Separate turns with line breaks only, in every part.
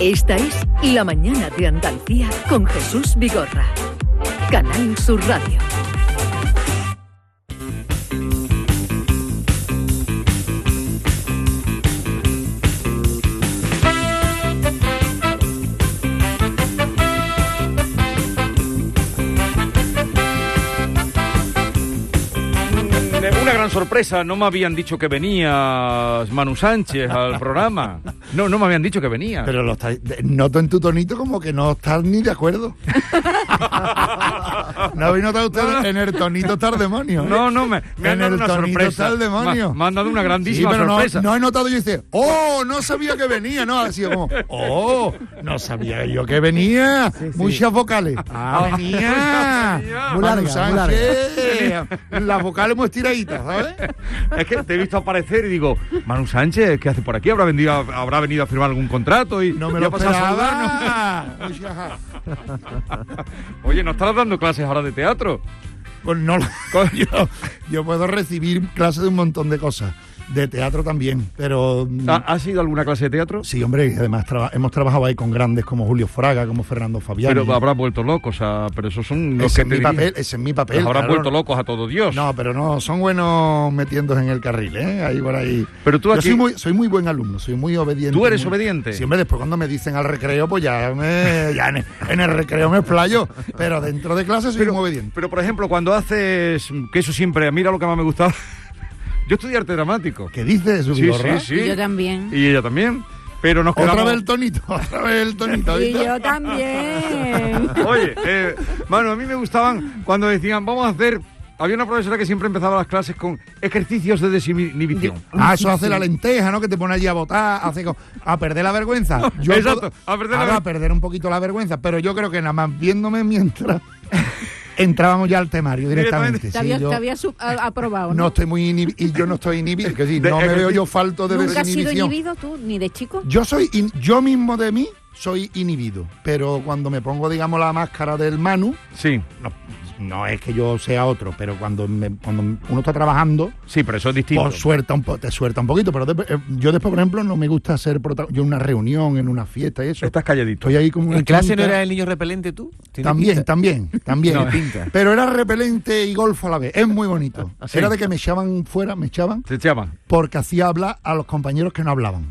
Esta es La Mañana de Andalucía con Jesús Vigorra. Canal Sur Radio.
Una gran sorpresa, no me habían dicho que venías, Manu Sánchez, al programa. No, no me habían dicho que venías.
Pero lo estás- noto en tu tonito como que no estás ni de acuerdo. ¿No habéis notado ustedes? En el tonito está el demonio. ¿eh?
No, no, me, me han
en
dado
el
una
tonito
sorpresa.
está el demonio.
Me- Me han dado una grandísima
Sí, pero no-
sorpresa.
No, he notado yo dice, oh, no sabía que venía, no, ha sido como, oh, no sabía yo que venía. Muchas vocales.
Ah.
venía. Manu
Muy larga, muy larga.
Sánchez, Las vocales muy estiraditas, ¿sabes?
Es que te he visto aparecer y digo, Manu Sánchez, ¿qué hace por aquí? ¿Habrá venido, a- habrá venido a firmar algún contrato? Y,
No me
y ha
lo
pasado a saludarnos.
esperaba. Muchas gracias.
Oye, ¿no estarás dando clases ahora de teatro?
Pues no, lo- yo, yo puedo recibir clases de un montón de cosas, de teatro también, pero... mm,
¿Ha- ¿Has ido a alguna clase de teatro?
Sí, hombre, y además traba- hemos trabajado ahí con grandes como Julio Fraga, como Fernando Fabián.
Pero habrás vuelto loco, o sea, pero esos son los que
ese es
te
mi
dirigen.
papel, ese es mi papel.
Los habrás
claro.
vuelto locos a todo Dios.
No, pero no, son buenos metiéndose en el carril, ¿eh? Ahí por ahí.
Pero tú
Yo
aquí-
soy, muy, soy muy buen alumno, soy muy obediente.
¿Tú eres
muy-
obediente?
Sí, hombre, después cuando me dicen al recreo, pues ya, me- ya en, el, en el recreo me explayo, pero dentro de clase soy muy obediente.
Pero, por ejemplo, cuando haces, que eso siempre, mira lo que más me gustaba. Yo estudié arte dramático.
¿Qué dices,
Sí,
Vigorra?
sí, sí.
Y yo también.
Y ella también. Pero nos quedamos...
Otra vez el tonito, otra vez el tonito.
Y
¿viste?
yo también.
Oye, eh, mano, a mí me gustaban cuando decían, vamos a hacer... Había una profesora que siempre empezaba las clases con ejercicios de desinhibición.
Ah, eso hace la lenteja, ¿no? Que te pone allí a votar, hace co- a perder la vergüenza.
Exacto, a perder la
Ahora,
ver-
a perder un poquito la vergüenza, pero yo creo que nada más viéndome mientras entrábamos ya al temario directamente.
Directamente.
Te
Sí,
había,
yo
te había sub- a- aprobado.
no
¿no?
estoy muy inhibido y yo no estoy inhibido, que sí,
De- eh,
no me
ejercicio.
veo yo falto de
¿Nunca has sido
desinhibición.
inhibido tú, ni de chico?
Yo soy in- yo mismo de mí soy inhibido, pero cuando me pongo digamos la máscara del Manu,
Sí,
no, no es que yo sea otro, pero cuando me- cuando uno está trabajando
sí, pero eso es distinto.
Pues suelta un po- te suelta un poquito, pero de- eh, yo después, por ejemplo, no me gusta ser protagonista. Yo en una reunión, en una fiesta y eso.
Estás calladito.
Estoy ahí como una
¿En clase no
chinita.
eras el niño repelente tú? Tiene
También,
pinta.
también, también.
Tiene pinta. Ah,
Pero era repelente y golfo a la vez. Es muy bonito. Era de que me echaban fuera, me echaban,
Se llama.
porque hacía hablar a los compañeros que no hablaban.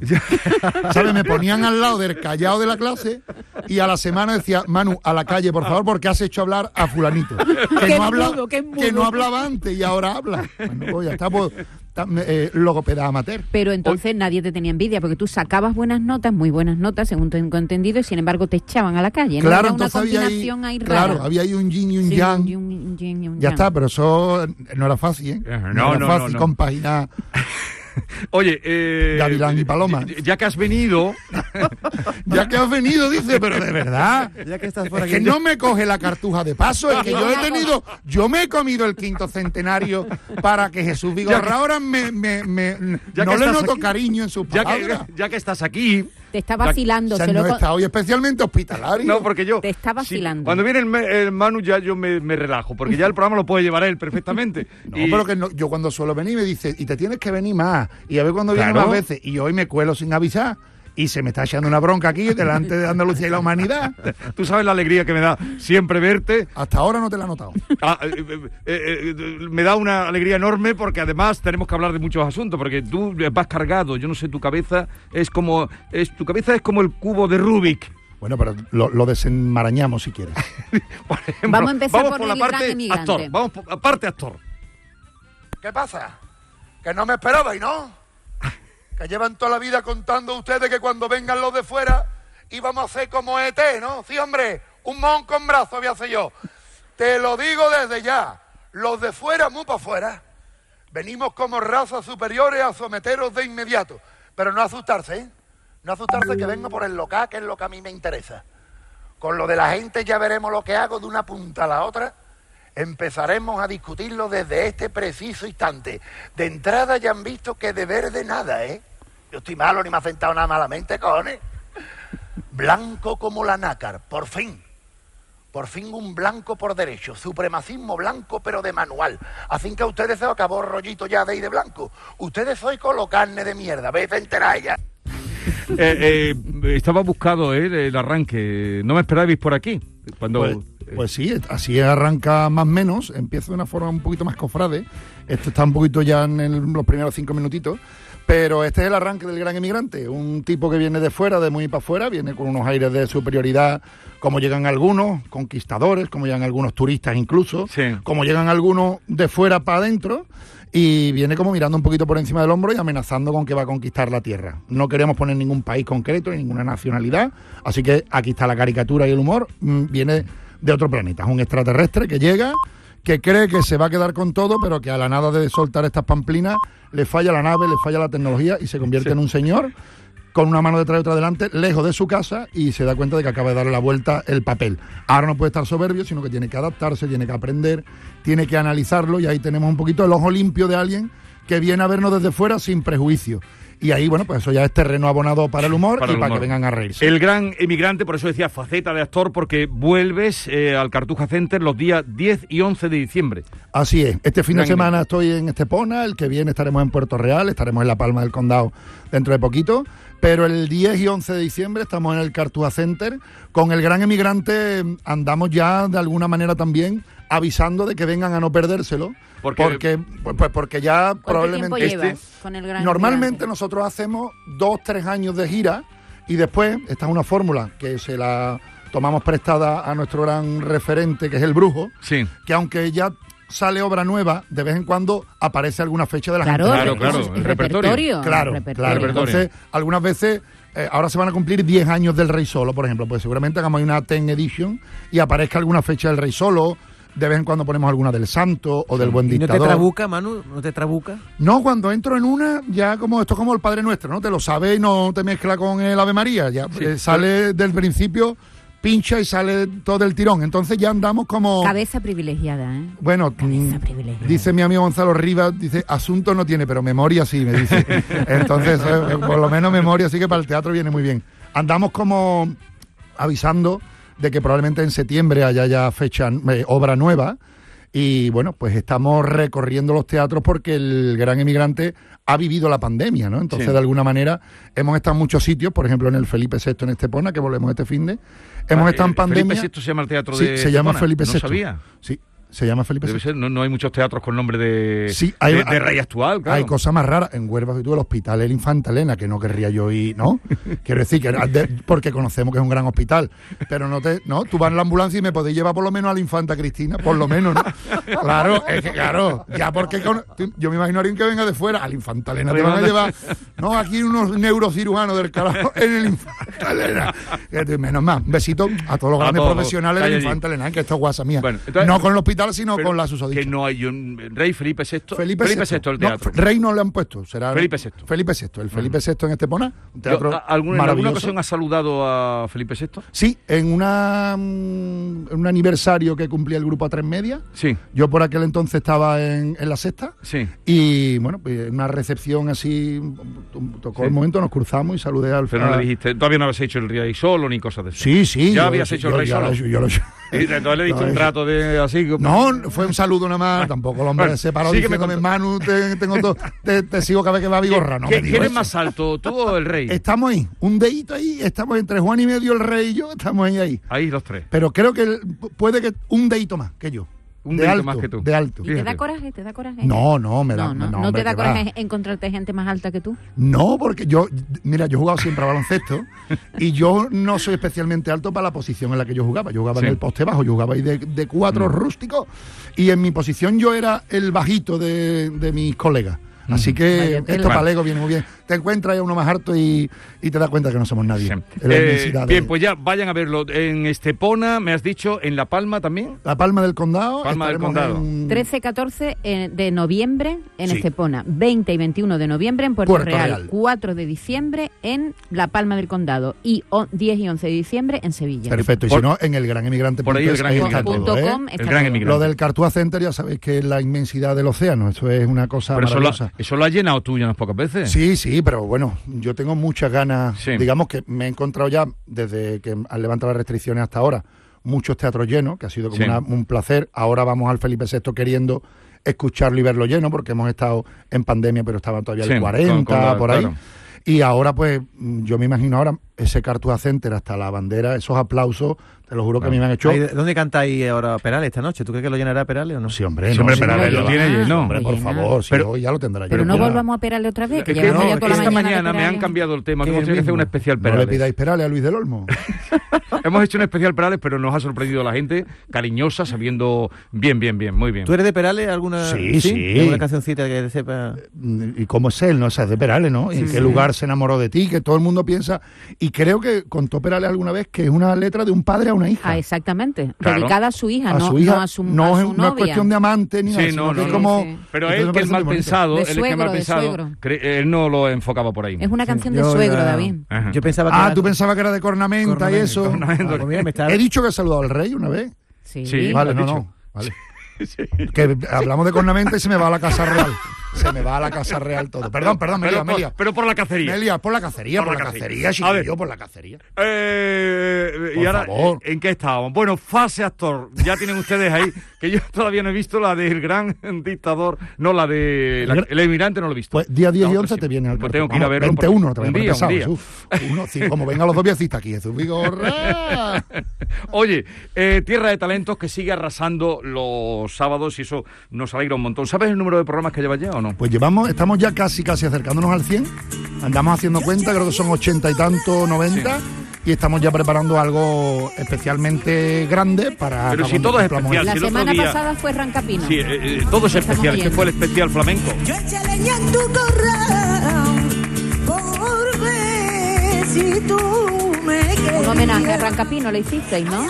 ¿Sabes? Me ponían al lado del callado de la clase y a la semana decía, Manu, a la calle, por favor, porque has hecho hablar a fulanito. Que,
Qué
no, habla-
mudo, qué mudo.
que no hablaba antes y ahora habla. Bueno, pues ya está, pues, tam- eh, logopeda amateur.
Pero entonces nadie te tenía envidia, porque tú sacabas buenas notas, muy buenas notas, según tengo entendido, y sin embargo te echaban a la calle. ¿no?
Claro,
Era una
entonces había ahí,
combinación ahí rara.
claro, había ahí un yin y un
Sí,
yang.
un yin, un yin y un
ya
yang.
está, pero eso no era fácil, ¿eh?
Ajá, no,
No, era
no,
fácil
no, no.
compaginar.
Oye, eh...
Gavilán y Paloma.
ya- Ya que has venido...
Ya que has venido, dice, pero de verdad.
Ya que estás por
Es
aquí.
que no me coge la cartuja de paso, es que yo he tenido, yo me he comido el quinto centenario para que Jesús Vigorra ahora me, me- me-
Ya
no
que
le
estás
noto
aquí.
cariño en sus
Ya
palabras.
que, ya que estás aquí...
Te está vacilando.
O sea,
se lo
no
co-
está hoy especialmente hospitalario.
No, porque yo.
Te está
sí,
vacilando.
cuando viene el, me- el Manu, ya yo me, me relajo, porque ya el programa lo puede llevar él perfectamente.
No,
Y-
pero que no- yo cuando suelo venir me dice, y te tienes que venir más, y a ver cuando viene
Claro.
más veces, y hoy me cuelo sin avisar, y se me está echando una bronca aquí delante de Andalucía y la humanidad.
Tú sabes la alegría que me da siempre verte.
Hasta ahora no te la he notado.
Ah, eh, eh, eh, eh, me da una alegría enorme porque además tenemos que hablar de muchos asuntos, porque tú vas cargado, yo no sé, tu cabeza es como. Es, tu cabeza es como el cubo de Rubik.
Bueno, pero lo, lo desenmarañamos si quieres.
Por ejemplo,
Vamos a empezar por
la
el gran
parte
emigrante.
actor. Vamos por la parte actor.
¿Qué pasa? Que no me esperabais, ¿no? Que llevan toda la vida contando ustedes que cuando vengan los de fuera íbamos a hacer como ET, ¿no? Sí, hombre, un mon con brazo voy a hacer yo. Te lo digo desde ya, los de fuera, muy para afuera, venimos como razas superiores a someteros de inmediato. Pero no asustarse, ¿eh? No asustarse que vengo por el local, que es lo que a mí me interesa. Con lo de la gente ya veremos lo que hago de una punta a la otra. Empezaremos a discutirlo desde este preciso instante. De entrada ya han visto que de verde nada, ¿eh? Yo estoy malo, ni me ha sentado nada malamente, cojones. Blanco como la nácar, por fin. Por fin un blanco por derecho, supremacismo blanco pero de manual. Así que a ustedes se os acabó el rollito ya de ir de blanco. Ustedes sois colocarne de mierda, vete a enterar ya.
eh, eh, estaba buscado eh, el arranque. No me esperabais por aquí. Cuando,
Pues, pues sí, así arranca más menos, empieza de una forma un poquito más cofrade. Este está un poquito ya en el- los primeros cinco minutitos. Pero este es el arranque del gran emigrante, un tipo que viene de fuera, de muy para afuera, viene con unos aires de superioridad, como llegan algunos, conquistadores, como llegan algunos turistas incluso,
Sí.
como llegan algunos de fuera para adentro, y viene como mirando un poquito por encima del hombro y amenazando con que va a conquistar la tierra. No queremos poner ningún país concreto, ni ninguna nacionalidad, así que aquí está la caricatura y el humor, mm, viene de otro planeta, es un extraterrestre que llega, que cree que se va a quedar con todo, pero que a la nada de soltar estas pamplinas le falla la nave, le falla la tecnología y se convierte en un señor con una mano detrás y otra delante, lejos de su casa y se da cuenta de que acaba de darle la vuelta el papel. Ahora no puede estar soberbio, sino que tiene que adaptarse, tiene que aprender, tiene que analizarlo y ahí tenemos un poquito el ojo limpio de alguien que viene a vernos desde fuera sin prejuicio. Y ahí, bueno, pues eso ya es terreno abonado para el humor
Para
y
el
para
humor.
que vengan a reírse.
El gran emigrante, por eso decía faceta de actor, porque vuelves eh, al Cartuja Center los días 10 y 11 de diciembre.
Así es. Este fin de
Gran
semana estoy en Estepona, el que viene estaremos en Puerto Real, estaremos en La Palma del Condado dentro de poquito, pero el 10 y 11 de diciembre estamos en el Cartuja Center. Con el gran emigrante eh, andamos ya de alguna manera también avisando de que vengan a no perdérselo,
Porque-
porque, pues, pues porque
¿Cuánto
ya
tiempo
probablemente... este,
llevas
este
con el gran
Normalmente
Emigrante?
nosotros hacemos dos, tres años de gira y después, esta es una fórmula que se la tomamos prestada a nuestro gran referente, que es el brujo,
Sí.
que aunque ya sale obra nueva, de vez en cuando aparece alguna fecha de la
Claro,
gente.
Claro,
el-
claro,
el
el repertorio.
repertorio.
Claro,
el
claro.
repertorio.
Entonces, algunas veces, eh, ahora se van a cumplir 10 años del Rey Solo, por ejemplo, pues seguramente hagamos una 10 edition y aparezca alguna fecha del Rey Solo, de vez en cuando ponemos alguna del Santo o del Buen
¿Y no te
Dictador.
trabuca, Manu? ¿No te trabuca?
No, cuando entro en una, ya como esto es como el Padre Nuestro, ¿no? Te lo sabe y no te mezcla con el Ave María. Ya eh, sale del principio, pincha y sale todo del tirón. Entonces ya andamos como.
Cabeza privilegiada, ¿eh?
Bueno,
Cabeza
mm,
privilegiada.
dice mi amigo Gonzalo Rivas, dice, asunto no tiene, pero memoria sí, me dice. Entonces, eh, eh, por lo menos memoria sí que para el teatro viene muy bien. Andamos como avisando de que probablemente en septiembre haya ya fecha, eh, obra nueva. Y bueno, pues estamos recorriendo los teatros porque el gran emigrante ha vivido la pandemia, ¿no? Entonces,
Sí.
de alguna manera, hemos estado en muchos sitios, por ejemplo, en el Felipe VI en Estepona, que volvemos este fin de. Hemos
Ah,
estado en
eh, Felipe
pandemia.
VI se llama el teatro
sí,
de
se llama
Estepona.
Felipe
No
VI.
sabía.
Sí, se llama Felipe
Debe
VI.
ser, no, no hay muchos teatros con nombre de,
Sí, hay-
de, de
hay-
rey actual, claro.
Hay cosas más raras. En Huelva fui tú el hospital El Infanta Elena, que no querría yo ir, ¿no? Quiero decir, que de- porque conocemos que es un gran hospital. Pero no te, no, tú vas en la ambulancia y me podéis llevar por lo menos a la infanta Cristina, por lo menos, ¿no? Claro, es que claro, ya porque con- tú- yo me imagino a alguien que venga de fuera, al infanta Elena te van a llevar. No, aquí unos neurocirujanos del carajo en el infanta Elena. Que tú- Menos más, un besito a todos los
A
grandes
todos,
profesionales
calla
del
allí.
infanta Elena, que esto es guasa mía.
Bueno, entonces-
no con el hospital, sino
Pero
con la
Que
susodicha.
no hay un rey Felipe VI.
Felipe,
VI el
No,
teatro.
rey no le han puesto. Será
Felipe VI.
Felipe VI. El Felipe VI en Estepona.
Yo,
Un teatro
¿a- ¿alguna, ¿En alguna
maravilloso.
ocasión has saludado a Felipe VI?
Sí, en una, mm, en un aniversario que cumplía el grupo a tres media.
Sí,
Yo por aquel entonces estaba en, en la sexta.
sí.
Y bueno, pues en una recepción así, mm, tocó
Sí.
el momento, nos cruzamos y saludé al
Pero no
a-
le dijiste, todavía no habías hecho el rey solo ni cosas de eso.
Ah. Sí, sí.
Ya
yo-
habías hecho el
yo-
rey
ya lo
solo.
he hecho, yo lo he hecho.
Y entonces le diste un trato de así. como-
No, fue un saludo nada más. Tampoco el hombre
Bueno,
se paró
sígueme
diciéndome, Manu, te, tengo todo- te, te sigo cada vez que va a Vigorra. No,
¿Qué-
me digo
¿Quién es
eso. Este.
más alto, tú o el rey?
Estamos ahí, un dedito ahí, estamos entre Juan y medio, el rey y yo, estamos ahí ahí.
Ahí los tres.
Pero creo que el- puede que un dedito más que yo.
Un
de
dedito
alto,
más que tú.
De alto.
¿Y te
Fíjate.
da coraje? ¿Te da coraje?
No, no, me da.
No, no,
no,
no
hombre,
te da
que va.
coraje encontrarte gente más alta que tú.
No, porque yo, mira, yo he jugado siempre a baloncesto y yo no soy especialmente alto para la posición en la que yo jugaba. Yo jugaba
Sí. Mm.
en el poste bajo, yo jugaba ahí de, de cuatro rústico y en mi posición yo era el bajito de, de mis colegas.
Mm.
Así que
Vaya tela.
esto palego viene muy bien. Te encuentras ahí a uno más harto y, y te das cuenta que no somos nadie.
Sí.
Es la
Eh,
inmensidad de-
bien, pues ya vayan a verlo en Estepona, me has dicho, en La Palma también.
La Palma del Condado.
Palma del
estaremos
Condado.
en
13 y 14 en- eh, de noviembre en
Sí.
Estepona, 20 y 21 de noviembre en Puerto,
Puerto
Real,
Real.
4 de diciembre en La Palma del Condado y o- 10 y 11 de diciembre en Sevilla.
Perfecto. Y
Por-
si no, en el gran emigrante.
Por ahí el gran
está
emigrante.
todo, ¿eh?
Com
El
está
gran
todo.
emigrante.
Lo del Cartuja Center ya sabéis que es la inmensidad del océano. Eso es una cosa
Pero eso lo,
maravillosa.
eso lo has llenado tú ya unas pocas veces.
Sí, sí, pero bueno, yo tengo muchas ganas.
Sí.
Digamos que me he encontrado ya, desde que han levantado las restricciones hasta ahora, muchos teatros llenos, que ha sido como
Sí.
una- un placer. Ahora vamos al Felipe VI queriendo escucharlo y verlo lleno, porque hemos estado en pandemia, pero estaba todavía
Sí,
el
con-
40,
con la-
por ahí.
claro.
Y ahora, pues, mm, yo me imagino ahora ese Cartuja Center hasta la bandera, esos aplausos, te lo juro que a mí me han hecho.
Ahí, ¿Dónde cantáis ahora Perales esta noche? ¿Tú crees que lo llenará Perales o no?
Sí, hombre,
Sí,
no,
hombre,
sí,
pero a
no,
ver, lo
yo-
¿eh? tiene lleno.
lleno.
Hombre, por favor, si
Pero-
hoy ya lo tendrá yo.
ah, Pero no
Ya.
volvamos a Perales otra vez, que,
Es que
llevamos
no,
ya
es
toda
que
la
esta
mañana
mañana me han
Perales.
cambiado el tema.
Qué
Hemos tenido que hacer un
bien.
especial
No le
Perales.
pidáis perales a Luis del Olmo.
Hemos hecho un especial Perales, pero nos ha sorprendido la gente, cariñosa, sabiendo bien, bien, bien, muy bien.
¿Tú eres de Perales? ¿Alguna,
Sí, sí.
¿Alguna cancioncita que te sepa?
mm, ¿Y cómo es él? ¿No? O sea, es de Perales, ¿no? ¿En qué lugar se enamoró de ti? Que todo el mundo piensa. Y creo que contó Perales alguna vez que es una letra de un padre a una hija.
Ah, exactamente.
Claro.
Dedicada a su hija,
a
no,
su hija.
no a su,
no,
a
es,
su
no es
novia.
cuestión de amante ni
Sí,
nada.
no,
sino que
no,
es
no.
como.
Sí, sí.
Pero
Entonces
él,
me
que es
parece muy
mal
bonito.
pensado,
De
él que es mal
suegro, de
pensado,
suegro.
cre- él no lo enfocaba por ahí.
Es una canción de
Yo
suegro,
era-
David.
Ajá.
Yo pensaba que
Ah,
era-
tú pensabas que era de cornamenta y
Cornamenta,
eso.
cornamenta.
Ah,
Pues mira, me está-
He dicho que he saludado al rey una vez.
Sí.
Sí.
Vale,
¿Lo
no,
has
no.
dicho?
Vale. Que hablamos de cornamenta y se me va a la casa real. Se me va a la casa real todo. Perdón, perdón, me
pero,
Melia,
por,
Melia.
pero por la cacería.
Melia, por la cacería, por, la cacería,
A
chiquillo,
ver.
por la cacería.
Eh, y
Por
ahora,
favor.
¿en qué estábamos? Bueno, fase actor, ya tienen ustedes ahí, que yo todavía no he visto la del gran dictador, no la de la-
El gran-
el emigrante, no lo he visto.
Pues día 10 y
No,
11
sí.
te viene al
Pues
cartel.
tengo que ir
Vamos,
a verlo.
21
porque-
te
un día, un día.
como venga los dos viecitas aquí, Jesús Vigorra.
Oye, eh, Tierra de Talentos que sigue arrasando los sábados y eso nos alegra un montón. ¿Sabes el número de programas que lleva ya o no?
Pues llevamos, estamos ya casi, casi acercándonos al 100. Andamos haciendo cuenta, creo que son 80 y tanto, 90. Y estamos ya preparando algo especialmente grande para.
Pero si
cuando
todo es
cumplamos el
especial.
La
Si el otro
semana
día-
pasada fue Rancapino.
Sí, eh, eh, todo es
Estamos
especial, este
oyendo.
fue el especial flamenco.
Yo eché leña en tu corral por ver si tú me querías.
Un homenaje a Rancapino le hicisteis, ¿no?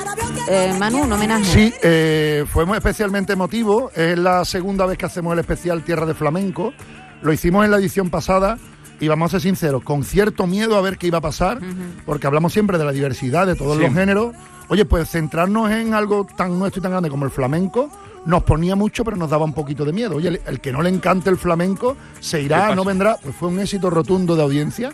Eh, Manu, un homenaje.
Sí, eh, fue muy especialmente emotivo. Es la segunda vez que hacemos el especial Tierra de Flamenco. Lo hicimos en la edición pasada y vamos a ser sinceros, con cierto miedo a ver qué iba a pasar, porque hablamos siempre de la diversidad de todos los
Siempre.
géneros. Oye, pues centrarnos en algo tan nuestro y tan grande como el flamenco nos ponía mucho, pero nos daba un poquito de miedo. Oye, el, el que no le encante el flamenco se irá,
pasa?
no vendrá. Pues fue un éxito rotundo de audiencia.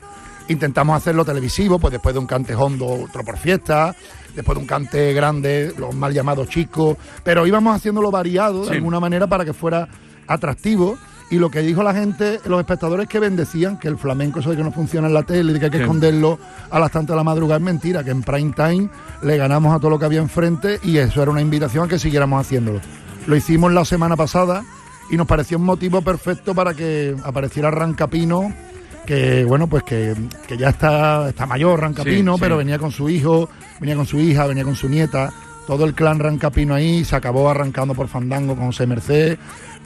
Intentamos hacerlo televisivo, pues después de un cante hondo, otro por fiesta, después de un cante grande, los mal llamados chicos, pero íbamos haciéndolo variado de
Sí.
alguna manera para que fuera atractivo. Y lo que dijo la gente, los espectadores que bendecían que el flamenco, eso de que no funciona en la tele, de que hay que
Sí.
esconderlo a las tantas de la madrugada, es mentira, que en prime time le ganamos a todo lo que había enfrente y eso era una invitación a que siguiéramos haciéndolo. Lo hicimos la semana pasada y nos pareció un motivo perfecto para que apareciera Rancapino, que bueno, pues que, que ya está, está mayor Rancapino,
Sí, sí.
pero venía con su hijo, venía con su hija, venía con su nieta, todo el clan Rancapino ahí, se acabó arrancando por Fandango con José Merced,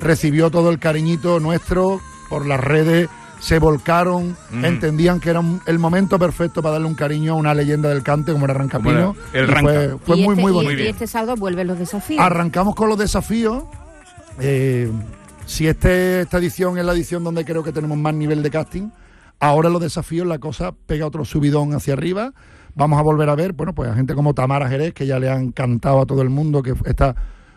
recibió todo el cariñito nuestro por las redes, se volcaron,
Mm.
entendían que era un- el momento perfecto para darle un cariño a una leyenda del cante como era Rancapino.
Como era el
y fue
Ranca.
fue
Y
muy,
este-
muy
y-
bonito.
Y este sábado vuelven los desafíos.
Arrancamos con los desafíos. Eh, si este, esta edición es la edición donde creo que tenemos más nivel de casting, ahora los desafíos, la cosa pega otro subidón hacia arriba. Vamos a volver a ver, bueno, pues a gente como Tamara Jerez, que ya le han cantado a todo el mundo, que esta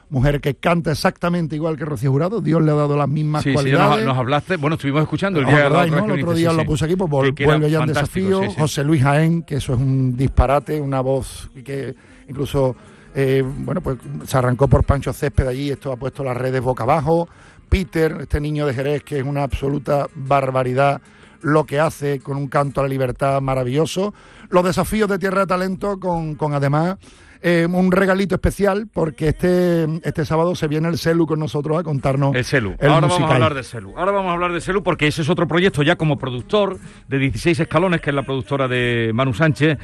mujer que canta exactamente igual que Rocío Jurado, Dios le ha dado las mismas
Sí, sí, ya
cualidades.
nos, nos hablaste. Bueno, estuvimos escuchando el
¿Os
día de la
acordáis,
otra
no? El
vez que
otro
viniste,
día
sí,
lo
sí.
puse aquí, pues vol-
Que- que era
vuelve ya en
fantástico,
desafío.
sí, sí.
José Luis Jaén, que eso es un disparate, una voz que incluso, eh, bueno, pues se arrancó por Pancho Césped allí, esto ha puesto las redes boca abajo. Peter, este niño de Jerez, que es una absoluta barbaridad lo que hace con un canto a la libertad maravilloso. Los desafíos de Tierra de Talento con, con además eh, un regalito especial, porque este, este sábado se viene el Celu con nosotros a contarnos
El Celu.
el
Ahora vamos a
musical.
hablar de Celu. Ahora vamos a hablar de Celu porque ese es otro proyecto ya como productor de 16 escalones, que es la productora de Manu Sánchez.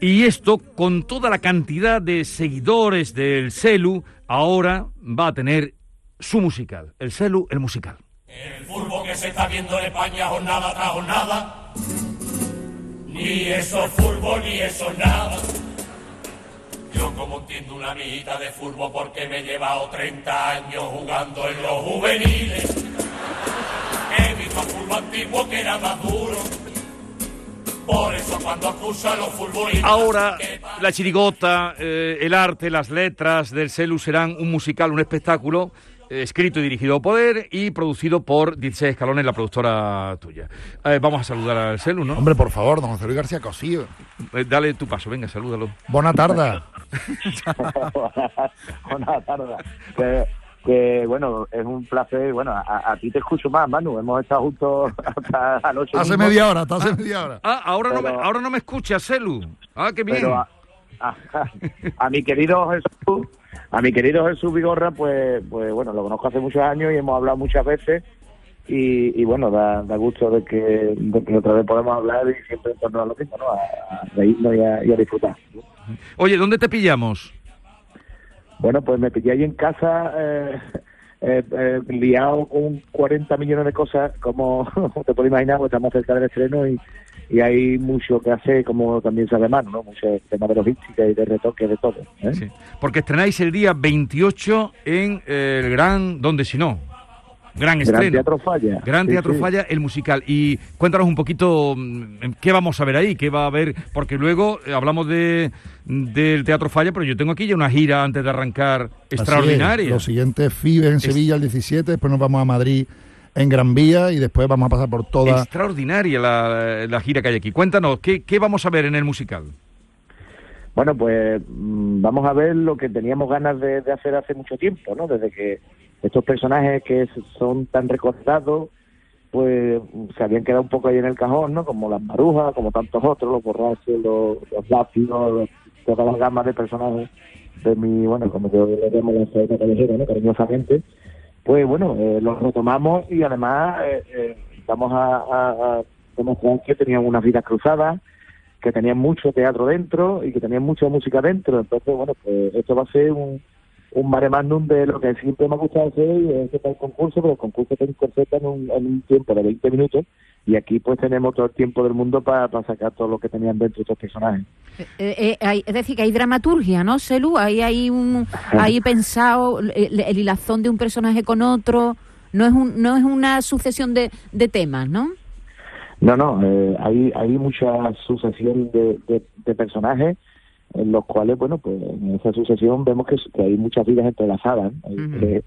Y esto, con toda la cantidad de seguidores del Celu, ahora va a tener su musical. El Celu, el musical.
El furbo que se está viendo en España jornada tras jornada. Ni eso es furbo, ni eso es nada. Yo como entiendo una amiguita de furbo porque me he llevado 30 años jugando en los juveniles. He visto a furbo antiguo que era más duro. Por eso cuando acusa a los futbolistas...
Ahora,
que pa-
la chirigota, eh, el arte, las letras del Celu serán un musical, un espectáculo. eh, Escrito y dirigido por él y producido por 16 Escalones, la productora tuya. Eh, vamos a saludar al Celu, ¿no?
Hombre, por favor, don José Luis García Cosío.
Eh, Dale tu paso, venga, salúdalo.
Buena tarde.
Buenas tardes. Que que bueno, es un placer, bueno, a, a ti te escucho más, Manu, hemos estado juntos hasta las 8.
Hace media hora, hasta hace media hora.
Ah, ahora, no
Pero-
me, ahora no me escucha, Celu. Ah, qué bien.
Pero a, a- a mi querido Jesús, a mi querido Jesús Vigorra, pues, pues bueno, lo conozco hace muchos años y hemos hablado muchas veces. Y, y bueno, da, da gusto de que, de que otra vez podemos hablar y siempre en torno a lo mismo, ¿no? A, a reírnos y a, y a disfrutar.
Oye, ¿dónde te pillamos?
Bueno, pues me pillé ahí en casa eh, eh, eh, liado con 40 millones de cosas, como te puedes imaginar, porque estamos cerca del estreno y, y hay mucho que hacer, como también sabe Manu, ¿no? Mucho tema de logística y de retoque, de todo. ¿eh?
Sí. Porque estrenáis el día 28 en eh, el Gran... ¿Dónde si no? Gran estreno.
Gran Teatro Falla.
Gran
Sí,
Teatro
sí.
Falla, el musical. Y cuéntanos un poquito mm, qué vamos a ver ahí, qué va a haber, porque luego eh, hablamos de, del Teatro Falla, pero yo tengo aquí ya una gira antes de arrancar
Así es,
extraordinaria.
Lo siguiente es FIBE en Sevilla el 17, después nos vamos a Madrid en Gran Vía y después vamos a pasar por toda...
Extraordinaria la, la gira que hay aquí. Cuéntanos, ¿qué, ¿qué vamos a ver en el musical?
Bueno, pues mm, vamos a ver lo que teníamos ganas de, de hacer hace mucho tiempo, ¿no? Desde que estos personajes que s- son tan recordados, pues mm, se habían quedado un poco ahí en el cajón, ¿no? Como las marujas, como tantos otros, los borrachos, los, los lápidos, todas las gamas de personajes de mi, bueno, como yo le llamo la saeta callejera, ¿no? Cariñosamente. Pues bueno, eh, los retomamos y además eh, eh, vamos a, a- a demostrar que tenían unas vidas cruzadas, que tenían mucho teatro dentro y que tenían mucha música dentro. Entonces, bueno, pues esto va a ser un, un mare magnum de lo que siempre me ha gustado hacer y es que está el concurso, pero el concurso te incorpora en un, en un tiempo de 20 minutos y aquí pues tenemos todo el tiempo del mundo para sacar todo lo que tenían dentro estos personajes.
Eh, eh, hay- es decir, que hay dramaturgia, ¿no, Celu? Ahí hay un, ahí pensado el, el hilazón de un personaje con otro. No es, un, no es una sucesión de, de temas, ¿no?
No, no, eh, hay, hay mucha sucesión de, de- de personajes en los cuales, bueno, pues en esa sucesión vemos que, que hay muchas vidas entrelazadas ¿no? Y
Ujú.
que-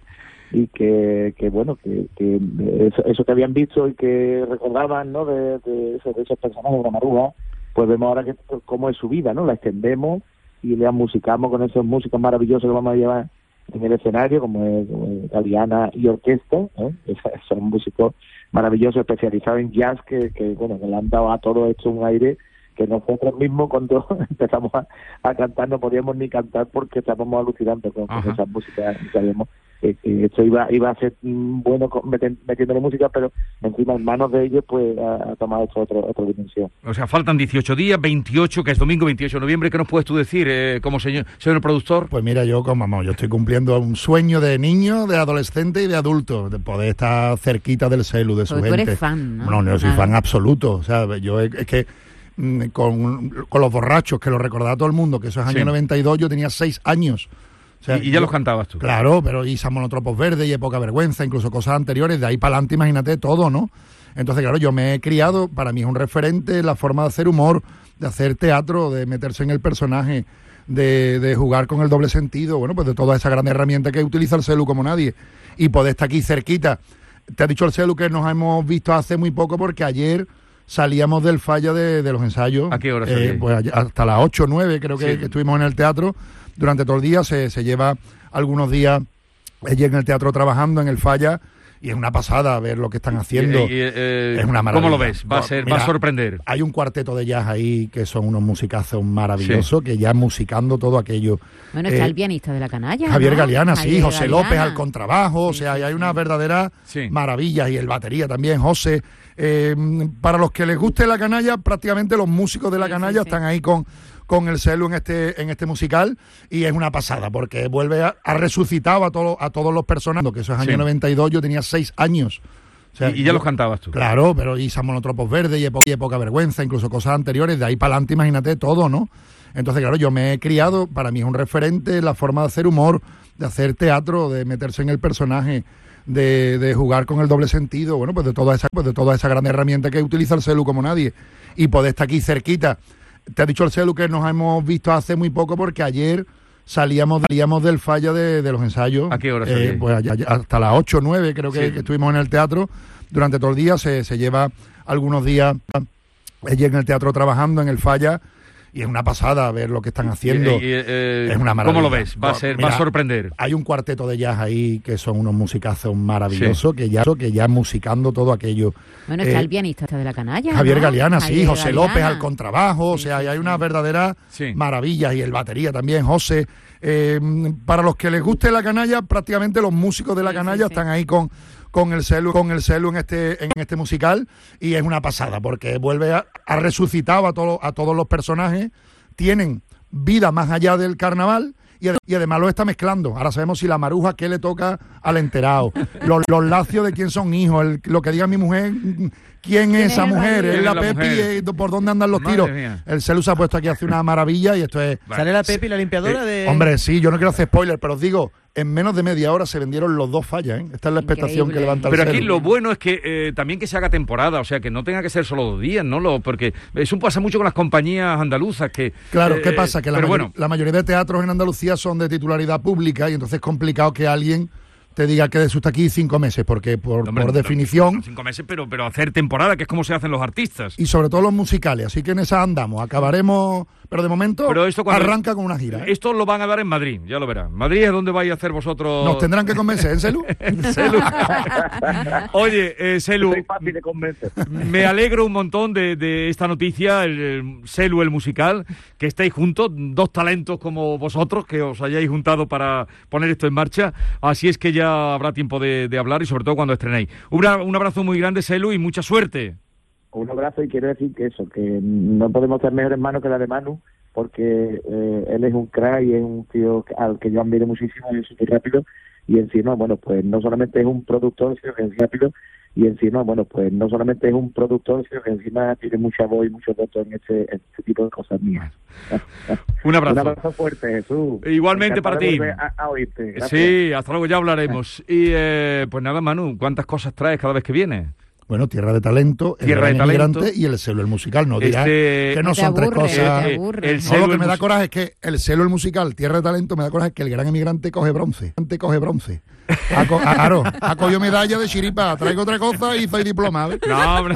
y que, que, bueno, que, que eso, eso que habían visto y que recordaban, ¿no?, de, de, esos, de esos personajes de la maruja, pues vemos ahora que, cómo es su vida, ¿no?, la extendemos y la musicamos con esos músicos maravillosos que vamos a llevar en el escenario, como es, como es Galeana y Orquesta, ¿eh? Es- son músicos maravilloso, especializado en jazz, que, que bueno, que le han dado a todo esto un aire que nosotros mismos cuando empezamos a, a cantar no podíamos ni cantar porque estábamos alucinando con, con
Ajá.
esa música y sabíamos que, que esto iba iba a ser mm, bueno con- meten- metiéndole música, pero encima en manos de ellos pues ha, ha tomado esto otro, otra dimensión.
O sea, faltan 18 días, 28, que es domingo 28 de noviembre. ¿Qué nos puedes tú decir eh, como señor, señor productor?
Pues mira, yo como vamos, yo estoy cumpliendo un sueño de niño, de adolescente y de adulto, de poder estar cerquita del celu, de su
Porque tú
gente.
eres fan, ¿no?
yo soy
Claro.
fan absoluto, o sea, yo es es que mm, con, con los borrachos, que lo recordaba todo el mundo, que eso es año
Sí.
92, yo tenía seis años. O sea,
y, y ya
yo-
los cantabas tú.
Claro, pero y Monotropos Verdes y Época Vergüenza, incluso cosas anteriores, de ahí para adelante, imagínate todo, ¿no? Entonces, claro, yo me he criado, para mí es un referente la forma de hacer humor, de hacer teatro, de meterse en el personaje, de, de jugar con el doble sentido, bueno, pues de toda esa gran herramienta que utiliza el celu como nadie. Y poder estar aquí cerquita. Te ha dicho el celu que nos hemos visto hace muy poco porque ayer salíamos del falla de, de los ensayos.
¿A qué hora
Eh,
salíais?
pues ayer- hasta las 8 o 9 creo que,
Sí.
que estuvimos en el teatro durante todo el día, se, se lleva algunos días allí en el teatro trabajando en el falla y es una pasada ver lo que están haciendo.
Y, eh, eh,
es una maravilla.
¿Cómo lo ves? Va a,
No,
ser, va
mira,
a sorprender.
Hay un cuarteto de jazz ahí que son unos musicazos maravillosos que ya musicando todo aquello.
Bueno, está
Eh,
el pianista de la canalla.
Javier
¿no?
Galeana, sí,
Javier
José
Galeana.
López al contrabajo, o
Sí,
sea,
sí,
hay
sí.
unas verdaderas
Sí.
maravillas y el batería también, José. Eh, para los que les guste la canalla, prácticamente los músicos de la
Sí, sí,
canalla
sí.
están ahí con, con el celu en este, en este musical y es una pasada porque vuelve a, ha resucitado a, todo- a todos los personajes, que eso es año
Sí.
92, yo tenía seis años. O sea,
y, y ya
yo-
los cantabas tú.
Claro, pero y Monotropos Verdes y, Epo- y Época Vergüenza, incluso cosas anteriores, de ahí para adelante, imagínate todo, ¿no? Entonces, claro, yo me he criado, para mí es un referente la forma de hacer humor, de hacer teatro, de meterse en el personaje, de, de jugar con el doble sentido, bueno, pues de toda esa, pues de toda esa gran herramienta que utiliza el celu como nadie. Y poder estar aquí cerquita. Te ha dicho el celu que nos hemos visto hace muy poco porque ayer salíamos, salíamos del falla de, de los ensayos.
¿A qué hora
Eh,
salíais?
pues allá- allá- hasta las 8 o 9 creo que,
Sí.
que estuvimos en el teatro durante todo el día, se, se lleva algunos días allí en el teatro trabajando en el falla Y es una pasada ver lo que están haciendo.
Y, y, eh,
es una maravilla.
¿Cómo lo ves? Va a, ser, va
Mira,
a sorprender.
Hay un cuarteto de jazz ahí que son unos musicazos maravillosos, que, ya, que ya musicando todo aquello.
Bueno, está
Eh,
el pianista este de la canalla.
Javier
¿no?
Galeana, sí,
Javier
José López
Galeana.
al contrabajo, o sea, ahí hay una verdadera
Sí.
maravilla y el batería también, José. Eh, para los que les guste la canalla, prácticamente los músicos de la
Sí, sí,
canalla
sí.
están ahí con con el celu, con el celu en este en este musical y es una pasada porque vuelve a, ha resucitado a todos a todos los personajes, tienen vida más allá del carnaval. Y, ade- y además lo está mezclando. Ahora sabemos si la maruja qué le toca al enterado. Los, los lacios de quién son hijos. el- lo que diga mi mujer, mm, quién es esa
es la
mujer,
mujer?
es la,
¿Quién es la
Pepi,
mujer?
eh, por dónde andan los
Madre
tiros.
mía.
El celu se ha puesto aquí hace una maravilla y esto es.
Vale.
¿Sale la Pepi, la
Eh,
limpiadora de...?
Hombre, sí, yo no quiero hacer spoiler, pero os digo, en menos de media hora se vendieron los dos fallas, ¿eh? Esta es la expectación
Increíble.
que levanta el
Pero aquí
Celu.
lo bueno es que eh, también que se haga temporada, o sea, que no tenga que ser solo dos días, ¿no? Lo, porque eso pasa mucho con las compañías andaluzas que...
Claro,
eh,
¿qué pasa? Que la,
pero
mayor-
bueno,
la mayoría de teatros en Andalucía son de titularidad pública y entonces es complicado que alguien te diga que de eso está aquí cinco meses, porque por,
hombre,
por
no,
definición,
Cinco meses, pero, pero hacer temporada, que es como se hacen los artistas.
y sobre todo los musicales, así que en esa andamos, acabaremos, pero de momento
Pero esto cuando-
arranca con una gira. ¿eh?
Esto lo van a dar en Madrid, ya lo verán. Madrid es donde vais a hacer vosotros...
Nos tendrán que convencer, ¿eh, Celu?
Selu. Oye, eh, Selu,
Soy fácil de convencer.
me alegro un montón de, de esta noticia, el, el Selu, el musical, que estáis juntos, dos talentos como vosotros, que os hayáis juntado para poner esto en marcha. Así es que ya habrá tiempo de, de hablar y sobre todo cuando estrenéis. Un, abra- un abrazo muy grande, Selu, y mucha suerte.
un abrazo y quiero decir que eso, que no podemos estar mejores manos que la de Manu, porque eh, él es un crack y es un tío al que yo admiro muchísimo y es súper rápido. Y encima, bueno, pues no solamente es un productor, sino que es rápido. Y encima, bueno, pues no solamente es un productor, sino que encima tiene mucha voz y mucho voto en este, en este tipo de cosas mías.
Un abrazo.
Un abrazo fuerte, Jesús.
Igualmente para
Encantado de
ti.
volver A, a oírte. Gracias.
Sí, hasta luego, ya hablaremos. Y eh, pues nada, Manu, ¿cuántas cosas traes cada vez que vienes?
Bueno, Tierra de Talento,
Tierra de
El Gran Emigrante
Talento.
y El Celo, el musical. No dirás
Este-
que no
Te
son tres
aburre,
cosas.
te aburre.
el
No,
Selu,
lo que
el
me da
musical.
coraje es que el celo, el musical, Tierra de Talento, me da coraje que el gran emigrante coge bronce. Ante coge bronce. Ha, co- a- claro, ha cogido medalla de chiripa. Traigo otra cosa y soy diplomado.
No, hombre.